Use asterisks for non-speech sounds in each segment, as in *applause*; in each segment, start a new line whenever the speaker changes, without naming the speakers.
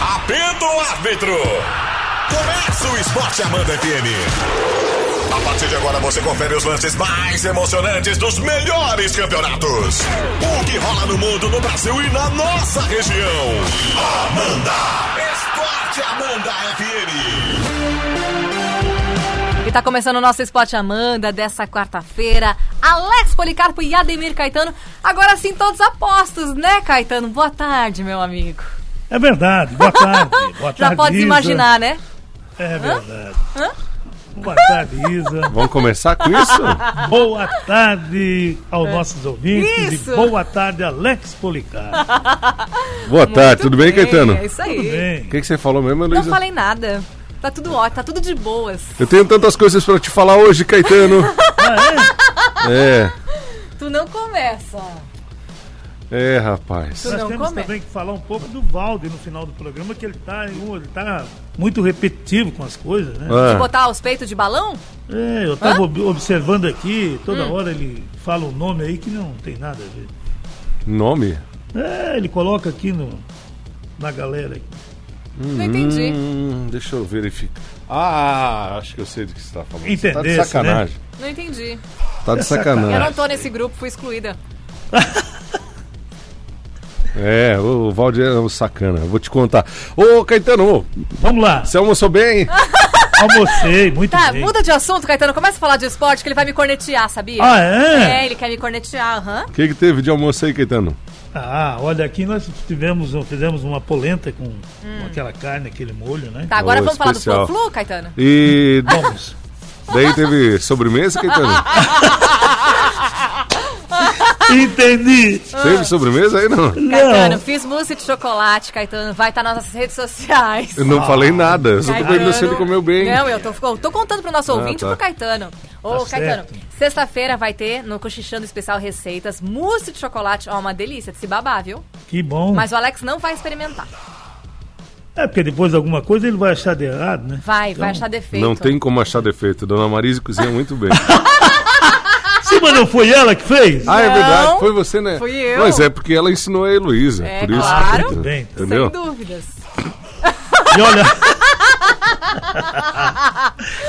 Apita o árbitro! Começa o Esporte Amanda FM. A partir de agora você confere os lances mais emocionantes dos melhores campeonatos. O que rola no mundo, no Brasil e na nossa região. Amanda! Esporte Amanda FM.
E tá começando o nosso Esporte Amanda dessa quarta-feira. Alex Policarpo e Ademir Caetano. Agora sim, todos apostos, né, Caetano? Boa tarde, meu amigo.
É verdade, boa tarde. Boa
Já
tarde,
pode
Isa.
imaginar, né?
É verdade. Boa tarde, Isa.
Vamos começar com isso?
Boa tarde aos nossos ouvintes
É. Isso.
e boa tarde, Alex Policarpo.
Boa tarde, Tá, tudo bem, Caetano?
É isso aí.
Tudo
O
bem?
que, que você falou mesmo,
Não
Luísa?
falei nada. Tá tudo ótimo, tá tudo de boas.
Eu tenho tantas coisas pra te falar hoje, Caetano. é?
Tu não começa.
É, rapaz.
Tu
Nós
não
temos
come?
também que falar um pouco do Valde no final do programa, que ele tá, ele tá muito repetitivo com as coisas, né?
De
Ah,
botar os peitos de balão?
É, eu tava ob- observando aqui, toda
Hum.
hora ele fala um nome aí que não tem nada a
nome?
ver. É, ele coloca aqui no, na galera. aqui.
Não entendi.
Hum, deixa eu verificar. Ah, acho que eu sei do que você tá falando. Você tá de
Entendesse, né?
sacanagem.
Não entendi.
Tá de
Eu não
sacanagem.
tô nesse grupo, fui excluída.
É, o Valdir é um sacana. Eu Vou te contar. Ô, Caetano, ô,
Vamos lá,
você almoçou bem?
almocei, muito
Tá,
bem.
muda de assunto, Caetano. Começa a falar de esporte que ele vai me cornetear, sabia?
Ah, é?
É, ele quer me cornetear, aham.
O que, que teve de almoço aí, Caetano?
Ah, olha, aqui nós tivemos, fizemos uma polenta com, com aquela carne, aquele molho, né?
Hum. Tá, agora
Ô,
vamos falar do
especial.
Flu-Flu, Caetano?
E
Vamos.
daí teve sobremesa, Caetano?
Entendi.
Teve sobremesa aí, não?
Caetano, fiz mousse de chocolate, Caetano. Vai estar nas nossas redes sociais.
Eu não falei nada, eu só tô perguntando se ele comeu bem.
Não, eu tô, eu tô contando pro nosso ouvinte e
tá.
pro Caetano. Ô,
Tá
Caetano,
certo.
sexta-feira vai ter no Cochichando Especial Receitas mousse de chocolate. Ó, uma delícia de se babar, viu?
Que bom.
Mas o Alex não vai experimentar.
É porque depois de alguma coisa ele vai achar de errado, né?
Vai, vai
Então,
achar defeito.
Não tem como achar defeito. Dona Marise cozinha muito
*laughs*
bem.
Sim, mas não foi ela que fez?
ah, é
Não,
verdade. Foi você, né?
fui eu.
Mas é porque ela ensinou a Heloísa.
É,
por isso.
claro.
que-
Bem, então.
Entendeu?
Sem dúvidas.
E olha. *laughs*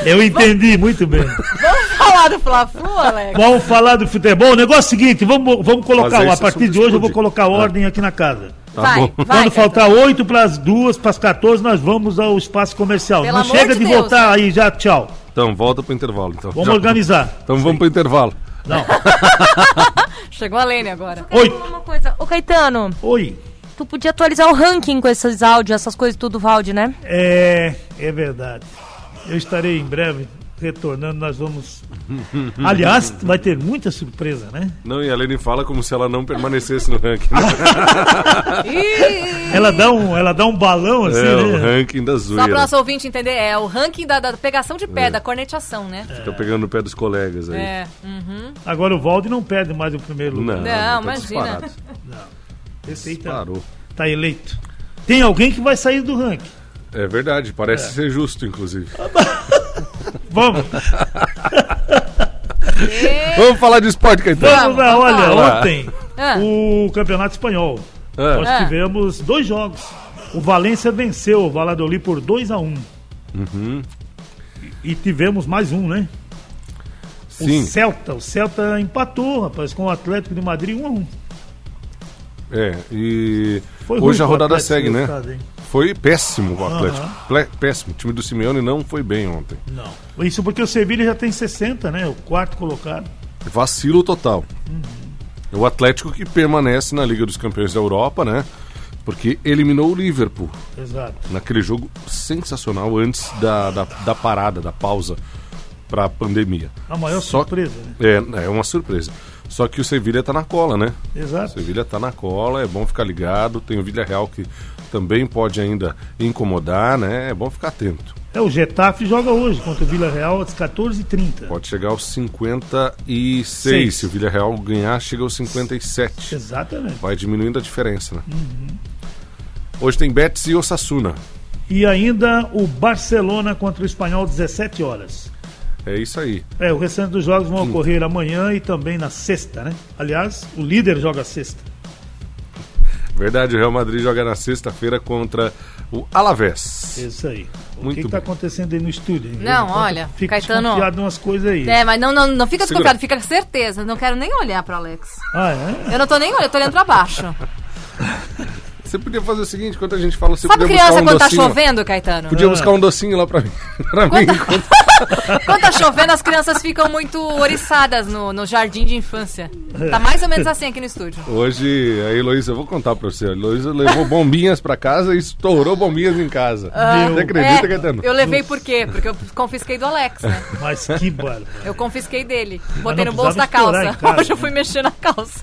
Eu entendi muito bem.
Vamos falar do Fla-Flu, Alex?
Vamos falar do futebol. O negócio é o seguinte, vamos, vamos colocar,
Fazer
a
esse Tá.
partir de hoje eu vou
subestúdio.
colocar ordem aqui na casa.
*laughs* Tá
vai,
bom.
vai.
Quando faltar 8 para as 2, para as 14, nós vamos ao espaço comercial.
Pelo
não
amor
chega
de
de,
Deus,
voltar aí já, tchau.
Então, volta pro intervalo. Então.
Vamos
Já-
organizar.
Então vamos pro intervalo.
Não.
Caetano. Chegou a Lene agora.
Oi.
Quero falar Uma coisa. Ô, Caetano,
Oi.
tu podia atualizar o ranking com esses áudios, essas coisas tudo, Valde, né?
É, é verdade. Eu estarei em breve retornando, nós
*laughs*
vamos. Aliás, vai ter muita surpresa, né?
Não, e a Lene fala como se ela não permanecesse no ranking.
Ah,
né?
Ih!
Ela dá um, ela dá um balão assim,
é, o
né?
ranking da
Só pro
zoeira.
nosso ouvinte entender, é o ranking da, da pegação de pé, da corneteação, né?
Fica Tá pegando o pé dos colegas aí.
É. Uhum.
Agora o Valde não perde mais o primeiro
Não,
lugar.
Não,
tá
imagina. Então.
disparado.
Esse aí tá,
Parou.
tá eleito. Tem alguém que vai sair do ranking.
É verdade, parece ser justo, inclusive.
Vamos.
E-
Vamos falar de esporte, Caetano.
Vamos lá, olha,
lá.
ontem
Ah.
o Campeonato Espanhol. Nós
Ah,
Ah.
tivemos dois jogos. O Valência venceu o Valladolid por 2 a 1
Uhum.
E tivemos mais um, né? O
sim,
Celta, o Celta empatou, rapaz, com o Atlético de Madrid 1 a 1.
é. E
Foi ruim
hoje a
pro
rodada
Atlético
segue,
esse
né?
resultado, hein?
Foi péssimo o Atlético.
Aham.
Ple- Péssimo. O time do Simeone não foi bem ontem.
Não. Então, Isso porque o Sevilha já tem 60, né? O quarto colocado.
Vacilo total. É O Atlético que permanece na Liga dos Campeões da Europa, né? Porque eliminou o Liverpool
Exato.
naquele jogo sensacional antes da, da, da parada, da pausa para a pandemia.
A maior
Só-
surpresa, né?
É, é uma surpresa. Só que o Sevilha tá na cola, né?
Exato.
Sevilha tá na cola, é bom ficar ligado. Tem o Vila Real que também pode ainda incomodar, né? É bom ficar atento.
É, o Getafe joga hoje contra o Vila Real às 14h30.
Pode chegar aos 56.
Seis.
Se o Villarreal ganhar, chega aos 57.
Exatamente.
Vai diminuindo a diferença, né?
Uhum.
Hoje tem Betis e Osasuna.
E ainda o Barcelona contra o Espanhol, 17 horas.
É isso aí.
É, o restante dos jogos vão ocorrer amanhã e também na sexta, né? Aliás, o líder joga sexta.
Verdade, o Real Madrid joga na sexta-feira contra o Alavés.
Isso aí. o
Muito
que, que tá
bem.
acontecendo aí no estúdio? hein?
Não,
Fica-
olha,
Fica
Caetano-
desconfiado em umas coisas aí.
É, mas não, não, não fica
Segura.
desconfiado, fica com certeza. Não quero nem olhar pro Alex.
Ah, é?
Eu não tô nem olhando, eu tô olhando pra baixo.
Você podia fazer o seguinte, enquanto a gente fala, você
Sabe
podia
criança
buscar um
quando tá
docinho.
chovendo, tá Caetano?
Podia buscar um docinho lá pra mim. *laughs* pra mim.
Quando tá chovendo, as crianças ficam muito oriçadas no, no jardim de infância. Tá mais ou menos assim aqui no estúdio.
Hoje, a Heloísa, eu vou contar pra você. A Heloísa levou bombinhas pra casa e estourou bombinhas em casa.
Meu.
Você acredita,
É,
Caetano?
Eu levei por quê? Porque eu confisquei do Alex, né?
Mas que
*laughs*
barba.
Eu confisquei dele. Botei
não
no bolso da
precisava
calça.
estourar em
*laughs*
casa,
Hoje eu
né?
fui mexer na calça.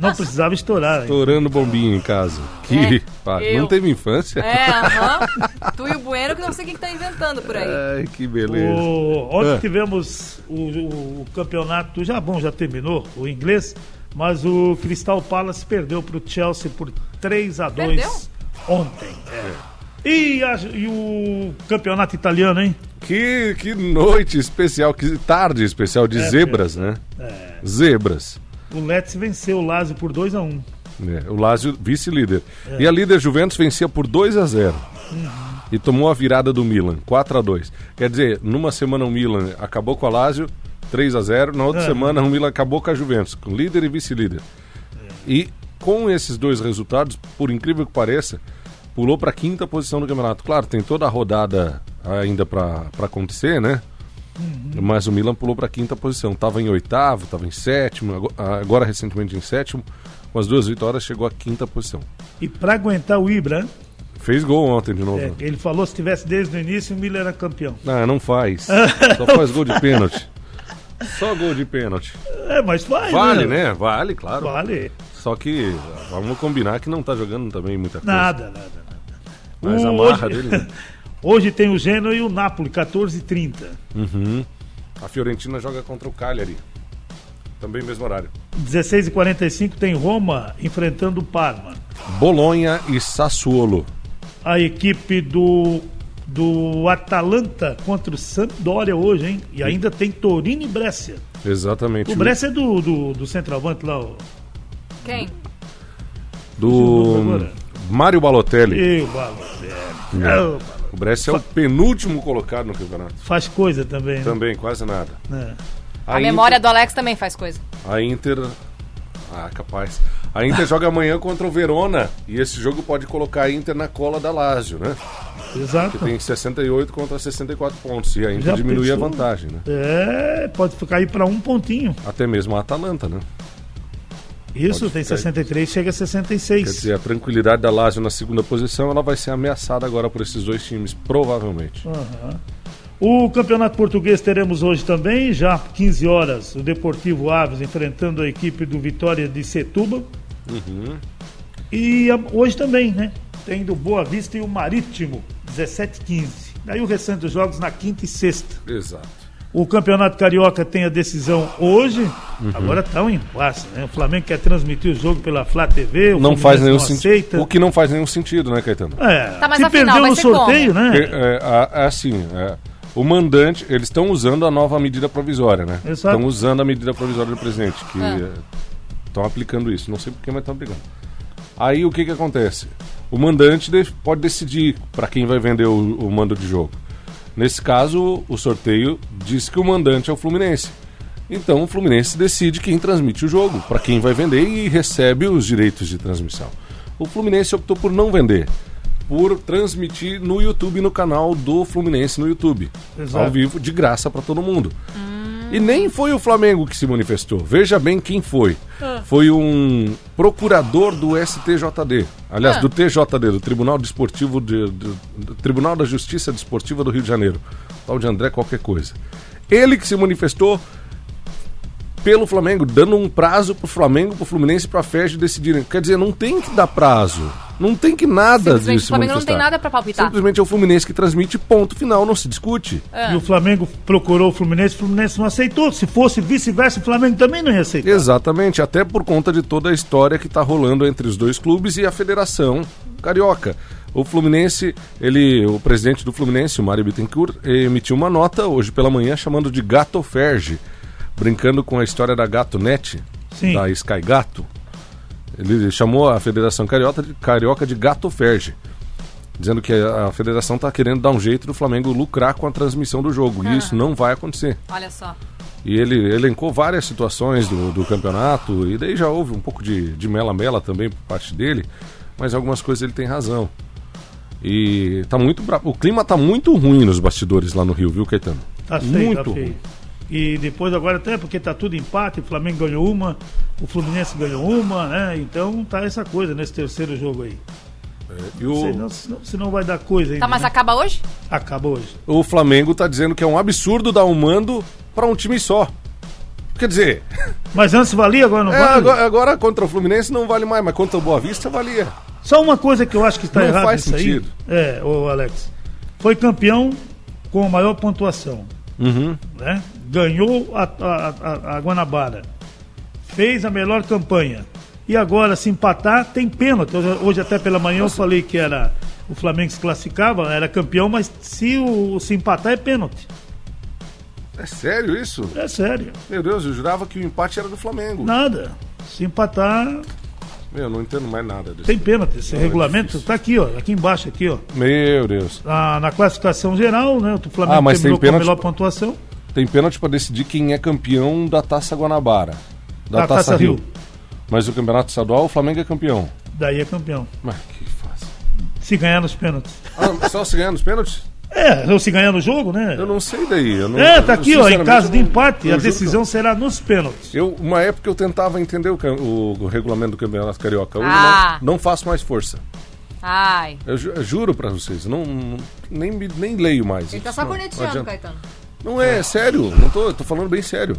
Não precisava estourar. hein?
Estourando bombinha em casa. Que,
É,
pá,
eu.
não teve infância?
É, aham. Tu e o Bueno, que não sei o que, que tá inventando por aí.
Ai, que beleza.
O- ontem
Ah.
tivemos o, o- o campeonato, já bom, já terminou, o inglês, mas o Crystal Palace perdeu para o Chelsea por 3 a 2
Perdeu?
ontem. é. E, a- e o campeonato italiano, hein?
Que, que noite especial, que tarde especial de
É,
zebras, né?
É,
Zebras.
o Letzi venceu o Lazio por 2 a 1
É, o Lazio, vice-líder. E a líder Juventus vencia por 2 a 0 E tomou a virada do Milan, 4 a 2 Quer dizer, numa semana o Milan acabou com a Lazio, 3 a 0 Na outra
É.
semana o Milan acabou com a Juventus, com líder e vice-líder. E com esses dois resultados, por incrível que pareça, pulou para a quinta posição do campeonato. Claro, tem toda a rodada ainda para acontecer, né? Mas o Milan pulou para a quinta posição. Tava em oitavo, tava em sétimo, ago- agora recentemente em sétimo. Com as duas vitórias, chegou à quinta posição.
E para aguentar o Ibra, né?
Fez gol ontem de novo.
É, ele falou se tivesse desde o início, o Miller era campeão.
Ah,
*laughs*
não faz. Só faz gol de pênalti. Só gol de pênalti.
É, mas vale.
Vale, né? Vale, claro.
Vale.
Só que ah, vamos combinar que não tá jogando também muita coisa.
Nada, nada. nada.
Mas a
O-
marra
hoje-
dele. né?
*laughs* Hoje tem o Genoa e o Napoli, 14 h 30
A Fiorentina joga contra o Cagliari. Também mesmo horário.
16 e 45 tem Roma enfrentando o Parma.
Bolonha e Sassuolo.
A equipe do, do Atalanta contra o Sampdoria hoje, hein? E ainda tem Torino e Brescia.
Exatamente.
O Brescia é do, do, do centroavante lá, o
Quem?
Do
Agora.
Mário Balotelli.
e o Balotelli. É, o Balotelli.
O Brescia é o penúltimo colocado no campeonato.
Faz coisa também, né?
Também, quase nada.
É.
A memória do Alex também faz coisa.
A Inter. Ah, capaz. A Inter joga amanhã contra o Verona. E esse jogo pode colocar a Inter na cola da Lazio, né?
É, Exato.
Tem 68 contra 64 pontos. E a Inter
Já
diminui a
pensou?
vantagem, né?
É, pode ficar aí para um pontinho.
Até mesmo a Atalanta, né?
Isso,
Pode
tem
ficar aí.
63, chega a
Quer
66.
dizer, a tranquilidade da Lazio na segunda posição, ela vai ser ameaçada agora por esses dois times, provavelmente.
Ah. O campeonato português teremos hoje também, já 15 horas, o Deportivo Aves enfrentando a equipe do Vitória de Setúbal.
Uhum.
E a- hoje também, né? Tem do Boa Vista e o Marítimo, 17 e 15. Daí o restante dos jogos na quinta e sexta.
Exato.
O Campeonato Carioca tem a decisão hoje.
Uhum.
Agora tá um impasse, né? O Flamengo quer transmitir o jogo pela Flá TV. o
Não
Fluminense
faz nenhum
não aceita.
sentido. O que não faz nenhum sentido, né, Caetano?
É,
Tá, mas
se
afinal,
perdeu
vai
no
ser
sorteio, né?
É, é, a- é assim, é, o mandante, eles estão usando a nova medida provisória, né?
Exato.
Estão usando a medida provisória do presidente, que
Ah.
estão aplicando isso. Não sei por que, mas estão aplicando. Aí o que que acontece? O mandante de- pode decidir para quem vai vender o, o mando de jogo. Nesse caso, o sorteio diz que o mandante é o Fluminense. Então o Fluminense decide quem transmite o jogo, para quem vai vender e recebe os direitos de transmissão. O Fluminense optou por não vender, por transmitir no YouTube, no canal do Fluminense no YouTube,
Exato.
ao vivo, de graça para todo mundo. E nem foi o Flamengo que se manifestou. Veja bem quem foi.
Ah.
Foi um procurador do STJD. Aliás,
Ah.
do TJD, do Tribunal Desportivo de, do- do Tribunal da Justiça Desportiva do Rio de Janeiro. Tal de André qualquer coisa. Ele que se manifestou pelo Flamengo, dando um prazo pro Flamengo, pro Fluminense e pra FEG decidirem. Quer dizer, não tem que dar prazo. Não tem que nada
Simplesmente
disso.
o Flamengo não tem
manifestar.
nada pra palpitar.
Simplesmente é o Fluminense que transmite, ponto final, não se discute.
E o Flamengo procurou o Fluminense, o Fluminense não aceitou. Se fosse vice-versa, o Flamengo também não ia aceitar.
Exatamente, até por conta de toda a história que está rolando entre os dois clubes e a Federação Carioca. O Fluminense, ele, o presidente do Fluminense, o Mário Bittencourt, emitiu uma nota hoje pela manhã chamando de Gato Ferge, brincando com a história da Gato Net,
Sim.
da Sky Gato. Ele chamou a Federação Carioca de, Carioca de gato ferge, dizendo que a a federação está querendo dar um jeito do Flamengo lucrar com a transmissão do jogo. E isso não vai acontecer.
Olha só.
E ele elencou várias situações do, do campeonato, e daí já houve um pouco de, de mela-mela também por parte dele, mas algumas coisas ele tem razão. E tá muito bra... o clima tá muito ruim nos bastidores lá no Rio, viu, Caetano?
Tá feio,
muito
tá feio.
ruim.
E depois agora até porque tá tudo empate, o Flamengo ganhou uma, o Fluminense ganhou uma, né? Então tá essa coisa nesse terceiro jogo aí.
E
Senão,
o,
senão, senão vai dar coisa ainda.
Tá, mas
né?
acaba hoje?
Acaba hoje.
o Flamengo tá dizendo que é um absurdo dar um mando pra um time só. Quer dizer,
Mas antes valia, agora não
é,
vale?
agora, agora contra o Fluminense não vale mais, mas contra o Boa Vista valia.
Só uma coisa que eu acho que está
Não
errado
faz
nisso
sentido.
aí. É, o Alex. Foi campeão com a maior pontuação.
Uhum.
Né? Ganhou a, a- a- a Guanabara. Fez a melhor campanha. E agora, se empatar, tem pênalti. Hoje, hoje até pela manhã, eu falei que era o Flamengo se classificava, era campeão, mas se, o, se empatar é pênalti.
É sério isso?
É sério.
Meu Deus, eu jurava que o empate era do Flamengo.
Nada. Se empatar,
Meu, eu não entendo mais nada disso.
tem pênalti. Esse
Não, é
regulamento
difícil.
está aqui, ó. Aqui embaixo, aqui, ó.
Meu Deus.
na, na classificação geral, né? O Flamengo
Ah, mas
terminou
tem
com a
pênalti-
melhor pontuação
Tem pênalti pra decidir quem é campeão da Taça Guanabara. Da,
Da
Taça,
Ah, Taça
Rio.
Rio.
Mas o Campeonato Estadual, o Flamengo é campeão.
daí é campeão.
Mas que fácil.
Se ganhar nos pênaltis.
Ah, só se ganhar nos pênaltis?
É, ou se ganhar no jogo, né?
Eu não sei daí. Eu não,
É, tá
eu,
aqui, ó. Em
sinceramente,
caso
eu
de
não-
empate,
eu
a
juro que
decisão será nos pênaltis.
Eu, uma época eu tentava entender o, cam- o- o regulamento do Campeonato Carioca. Hoje
Ah.
eu não, não faço mais força.
Ai.
Eu, ju- eu juro pra vocês, não, não- nem, me- nem leio mais.
Ele tá
isso,
só
não, não
corneteando,
adianta.
Caetano.
Não é, é sério, não tô, eu tô falando bem sério.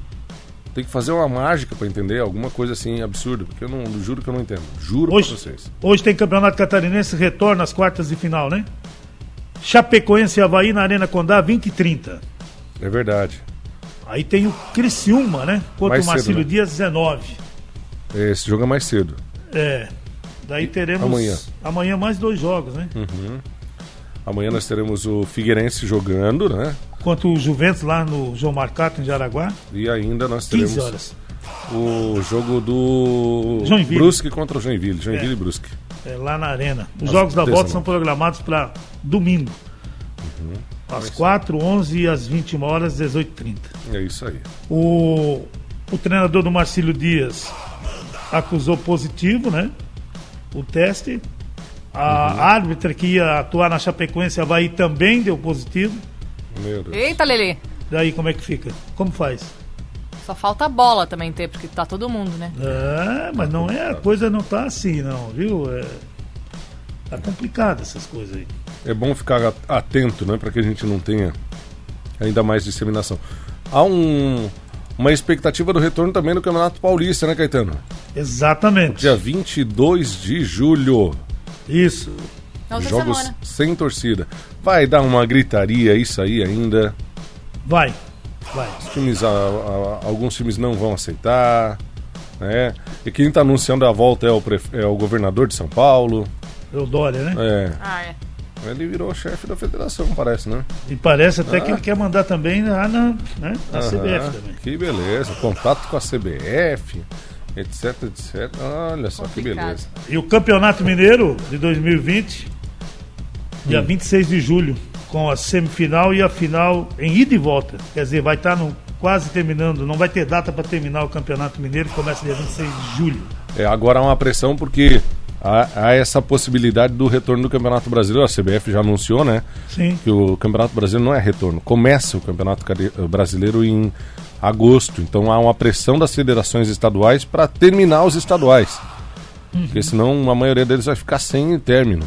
Tem que fazer uma mágica pra entender, alguma coisa assim absurda, porque eu não eu juro que eu não entendo. Juro pra
Hoje,
vocês.
hoje tem campeonato catarinense, retorna às quartas de final, né? Chapecoense e Havaí na Arena Condá, 20 e 30.
É verdade.
Aí tem o Criciúma, né? Contra
Mais
o
cedo,
Marcílio
né?
Dias, 19.
É, Esse jogo é mais cedo.
É. Daí teremos
amanhã? Hum.
amanhã mais dois jogos, né?
Amanhã nós teremos o Figueirense jogando, né?
Contra o Juventus lá no João Marcato, em Jaraguá,
E ainda nós
15
teremos
horas.
o jogo do
Joinville.
Brusque contra o Joinville.
É.
Joinville e Brusque.
É, lá na arena. Os jogos da
terça,
volta são
né?
programados para domingo. Às 4, 11 e às 21 horas, 18 30
É isso aí.
o, o treinador do Marcílio Dias acusou positivo, né? O teste. A árbitra que ia atuar na Chapecoense Havaí também deu positivo.
Meu Deus.
Eita, Lele.
Daí como é que fica? Como faz?
Só falta a bola também ter, porque tá todo mundo, né?
É, mas não é, a coisa não tá assim não, viu? É, tá complicado essas coisas aí.
É bom ficar at- atento, né, para que a gente não tenha ainda mais disseminação. Há um uma expectativa do retorno também do Campeonato Paulista, né, Caetano?
Exatamente.
Dia 22 de julho,
Isso.
Na outra
jogos
semana.
sem torcida. Vai dar uma gritaria isso aí ainda.
Vai. Vai.
Os times, a- a- alguns times não vão aceitar, né? E quem tá anunciando a volta é o, pref- é o governador de São Paulo.
É o Dória, né?
É,
Ah, é.
ele virou chefe da federação, parece, né?
E parece até que ele quer mandar também lá na, né, na
Aham,
CBF também.
Ah, Que beleza. Contato com a CBF, etc, etc. Olha só que
Complicado.
beleza.
E o Campeonato Mineiro de 2020,
Hum.
dia 26 de julho, com a semifinal e a final em ida e volta. Quer dizer, vai estar no, quase terminando, não vai ter data para terminar o Campeonato Mineiro, que começa dia 26 de julho.
É, agora há uma pressão porque há, há essa possibilidade do retorno do Campeonato Brasileiro. A CBF já anunciou, né?
Sim.
Que o Campeonato Brasileiro não é retorno. Começa o Campeonato Cari- eh, Brasileiro em agosto. Então há uma pressão das federações estaduais para terminar os estaduais.
Uhum.
Porque senão a maioria deles vai ficar sem término.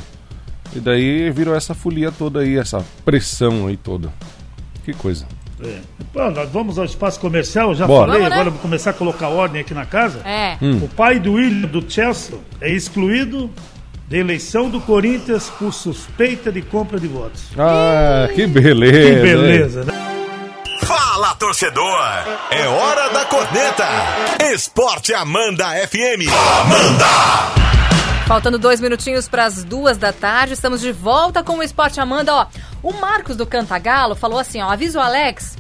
E daí virou essa folia toda aí, essa pressão aí toda. Que coisa.
É. Bom, nós vamos ao espaço comercial, eu já
Bora.
falei,
Vamos, né?
agora eu vou começar a colocar ordem aqui na casa.
É.
Hum.
O pai do William do Chelsea é excluído da eleição do Corinthians por suspeita de compra de votos.
Ah, que beleza.
Que
hein?
beleza, né?
Fala, torcedor! É hora da corneta! Esporte Amanda FM!
Faltando dois minutinhos para as duas da tarde, estamos de volta com o Esporte Amanda. Ó, o Marcos do Cantagalo falou assim: ó, avisa o Alex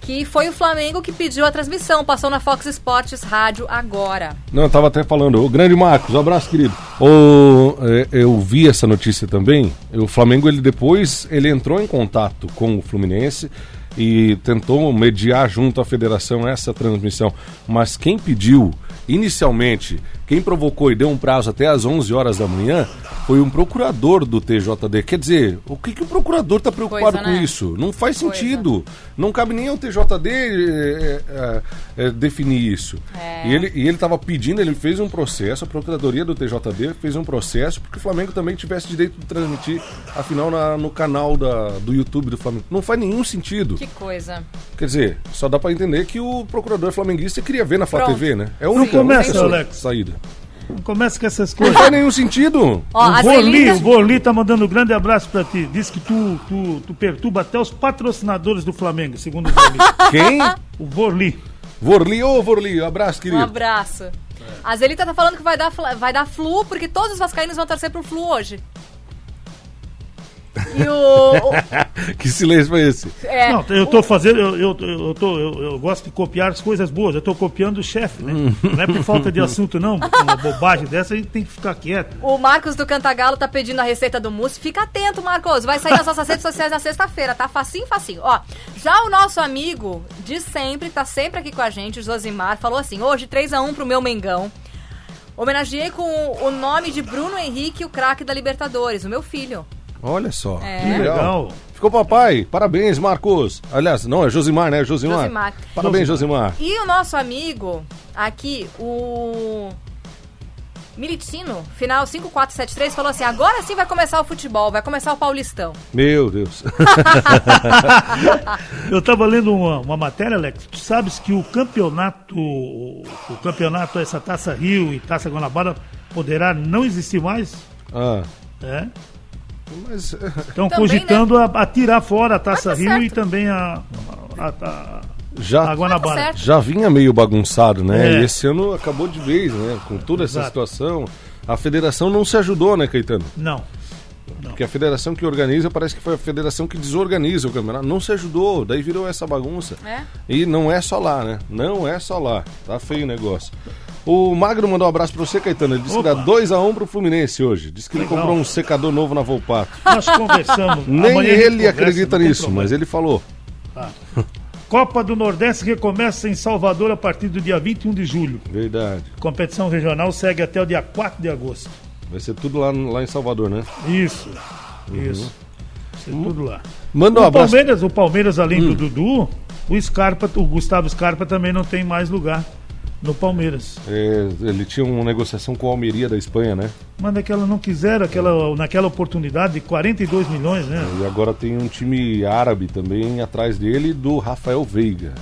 que foi o Flamengo que pediu a transmissão, passou na Fox Sports Rádio agora.
Não, eu tava até falando. O grande Marcos, um abraço, querido. O, é, eu vi essa notícia também. O Flamengo, ele depois, ele entrou em contato com o Fluminense e tentou mediar junto à federação essa transmissão. Mas quem pediu inicialmente, quem provocou e deu um prazo até às 11 horas da manhã, foi um procurador do TJD. Quer dizer, o que, que o procurador está preocupado
Coisa,
com
né?
isso? Não faz sentido. Não cabe nem ao TJD eh, eh, eh, definir isso.
É.
E ele e ele estava pedindo, ele fez um processo, a Procuradoria do TJD fez um processo porque o Flamengo também tivesse direito de transmitir a final na- no canal da, do YouTube do Flamengo. Não faz nenhum sentido.
Que coisa.
Quer dizer, só dá pra entender que o procurador flamenguista queria ver na Flá
Pronto.
TV, né? É
Não começa,
única
Alex.
saída.
Não começa com essas
Não
coisas.
faz nenhum sentido.
*laughs* Ó,
o
a
Boli,
Celina...
o Boli tá mandando um grande abraço pra ti. Diz que tu, tu, tu perturba até os patrocinadores do Flamengo, segundo o Boli.
Quem?
o Boli.
Vorli, ô Vorli, abraço,
Um
querido.
abraço. A Zelita tá falando que vai dar, fla- vai dar flu, porque todos os vascaínos vão torcer pro flu hoje. E o... o-
Que silêncio foi esse?
é,
Não, eu tô fazendo, eu, eu, eu, tô, eu, eu gosto de copiar as coisas boas, eu tô copiando o chefe, né? Não é por falta de assunto, não. porque Uma bobagem dessa a gente tem que ficar quieto.
O Marcos do Cantagalo tá pedindo a receita do mousse. Fica atento, Marcos. Vai sair nas nossas redes sociais na sexta-feira, tá? Facinho, facinho. Ó, já o nosso amigo de sempre, tá sempre aqui com a gente, o Josimar, falou assim: hoje 3x1 pro meu Mengão. Homenageei com o nome de Bruno Henrique, o craque da Libertadores, o meu filho.
Olha só.
É.
Que legal.
Legal.
Ficou papai. Parabéns, Marcos. Aliás, não, é Josimar, né? Josimar.
Josimar.
Parabéns, Josimar.
E o nosso amigo aqui, o Militino, final 5473, falou assim: agora sim vai começar o futebol, vai começar o Paulistão.
Meu Deus. *laughs*
Eu tava lendo uma, uma matéria, Alex. Tu sabes que o campeonato, o o campeonato, essa Taça Rio e Taça Guanabara poderá não existir mais,
Ah,
né?
mas *laughs* eh,
Também,
Estão
né?
cogitando a, a tirar fora a Taça
Mas tá
Rio e
certo. tá
também a, a, a-
já,
a Guanabara.
certo.
já vinha meio bagunçado, né?
É.
E esse ano acabou de vez, né? Com toda essa
Exato.
situação. A federação não se ajudou, né, Caetano?
Não.
Porque a federação que organiza parece que foi a federação que desorganiza o campeonato. Não se ajudou, daí virou essa bagunça.
É.
E não é só lá, né? Não é só lá. Tá feio o negócio. O Magno mandou um abraço pra você, Caetano. Ele disse
Opa.
que dá 2x1 pro Fluminense hoje. Disse que ele
Legal.
comprou um secador novo na Volpato.
Nós conversamos.
*laughs* Nem
amanhã a gente
ele
conversa,
acredita
não tem
nisso,
problema.
mas ele falou.
Copa do Nordeste recomeça em Salvador a partir do dia 21 de julho.
Verdade.
Competição regional segue até o dia 4 de agosto.
Vai ser tudo lá, lá em Salvador, né?
Isso.
Uhum.
Isso. Isso é tudo lá.
Manda um
o
abraço. Hum.
Palmeiras, o Palmeiras além do Dudu, o Scarpa, o Gustavo Scarpa também não tem mais lugar no Palmeiras.
É, ele tinha uma negociação com a Almeria da Espanha, né?
Mas naquela não quiseram, aquela, naquela oportunidade de 42 milhões, né?
E agora tem um time árabe também atrás dele do Rafael Veiga,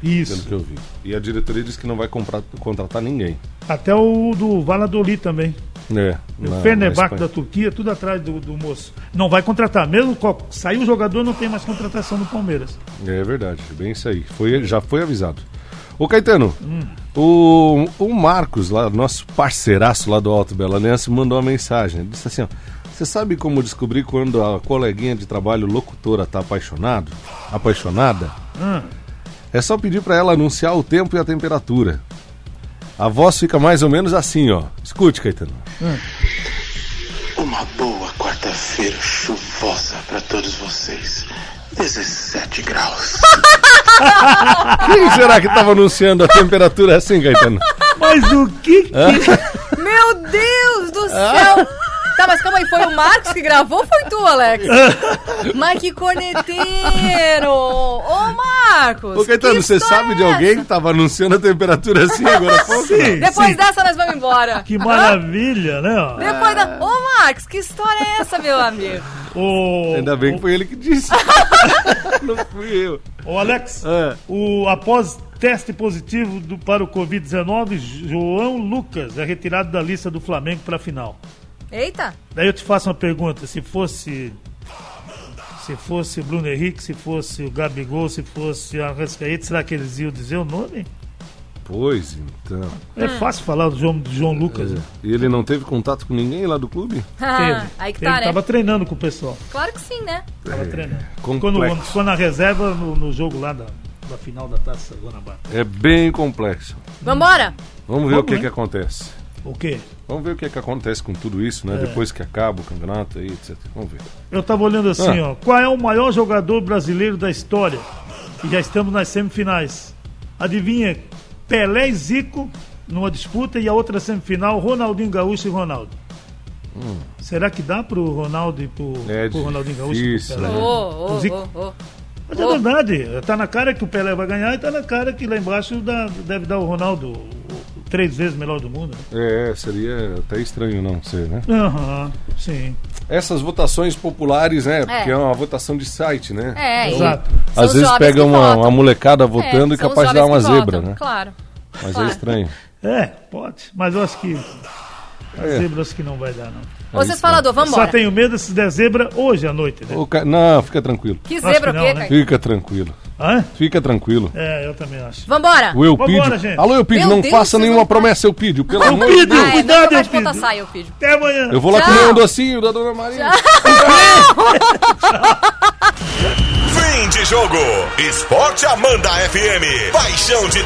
pelo
Isso.
que eu vi. E a diretoria disse que não vai comprar- contratar ninguém.
Até o do Valladolid também.
É.
O
na-
Fenerbahçe
na
da
Espanha.
Turquia, tudo atrás do, do moço. Não vai contratar. Mesmo co- sair o jogador, não tem mais contratação no Palmeiras.
É verdade, bem isso aí. Foi, já foi avisado. Ô Caetano, o, o Marcos, lá, nosso parceiraço lá do Alto Belo Aliança, mandou uma mensagem. Ele disse assim: ó, Você sabe como descobrir quando a coleguinha de trabalho locutora tá apaixonado? Apaixonada? É só pedir para ela anunciar o tempo e a temperatura. A voz fica mais ou menos assim, ó. Escute, Caetano.
Uma boa quarta-feira chuvosa para todos vocês. 17 graus.
Quem será que tava anunciando a temperatura assim,
*laughs*
Caetano?
Mas o que que...
Meu Deus
Ah.
do céu! Tá, mas calma aí, foi o Marcos que gravou ou foi tu,
*laughs*
Alex? mas que corneteiro! Ô, Marcos!
Ô, Caetano,
que
você
história
sabe
é
de
essa?
alguém que tava anunciando a temperatura assim agora há pouco?
Sim,
Depois
sim.
dessa nós vamos
*laughs*
embora.
Que maravilha, né? ó?
Depois
Ah.
da... Ô, Marcos, que história é essa, meu amigo?
O,
Ainda bem que foi ele que disse.
*laughs*
Não fui eu.
o Alex,
É.
o, após teste positivo do- para o Covid-19, João Lucas é retirado da lista do Flamengo para a final.
Eita!
Daí eu te faço uma pergunta, se fosse se fosse o Bruno Henrique, se fosse o Gabigol, se fosse a Arrascaeta, será que eles iam dizer o nome?
Pois então.
É
Ah.
fácil falar do João, do João Lucas. né?
E ele não teve contato com ninguém lá do clube?
*laughs* Ah, aí que
Ele
tá, né?
tava treinando com o pessoal.
Claro que sim, né?
Tava treinando.
complexo.
Quando, quando ficou na reserva no, no jogo lá da, da final da Taça Guanabara.
É bem complexo.
Vambora!
Vamos ver
Vamos,
o que,
né?
que acontece.
O quê?
Vamos ver o que, que acontece com tudo isso,
É.
né? Depois que acaba o campeonato aí, etc. Vamos ver.
Eu tava olhando assim,
Ah.
ó. Qual é o maior jogador brasileiro da história? E já estamos nas semifinais. Adivinha? Pelé e Zico numa disputa e a outra semifinal, Ronaldinho Gaúcho e Ronaldo. Será que dá pro Ronaldo e pro,
Hum. É
pro Ronaldinho Gaúcho? e pro
difícil,
Pelé?
Ô,
né?
ô,
Zico.
ô, ô.
Mas é verdade, tá na cara que o Pelé vai ganhar e tá na cara que lá embaixo dá- deve dar o Ronaldo o- o três vezes melhor do mundo. né?
É, seria até estranho não ser, né?
Aham, sim.
Essas votações populares, né? Porque é uma votação de site, né?
É, e
Exato.
são
Às
os
vezes
jovens que
pega uma,
votam.
uma molecada
É,
votando e
são os
capaz de dar uma
jovens que
zebra,
votam,
né?
Claro.
Mas é
claro.
estranho.
É, pode, mas eu acho que as
É.
zebras que não vai dar, não.
Ô,
isso, né?
vocês falador,
Só
vambora.
tenho medo se der zebra hoje à noite, né?
Ô, Ca- Não, fica tranquilo.
Que
Acho
zebra
que
o quê,
não, né?
Caio?
Fica tranquilo.
Hã?
Fica tranquilo.
É, eu também acho.
Vambora!
O Eupídio.
Vambora, gente.
Alô, Eupídio,
Meu
não
Deus,
faça
vocês
nenhuma
não-
promessa, Eupídio. Pelo amor de
Eupídio!
Deus.
Ah, é,
Cuidado,
não vai de
Eupídio.
ponta saia, eu pedi.
Até amanhã.
Eu vou lá
Tchau.
comer um docinho da Dona Maria.
Fim de jogo. Esporte Amanda FM. Paixão de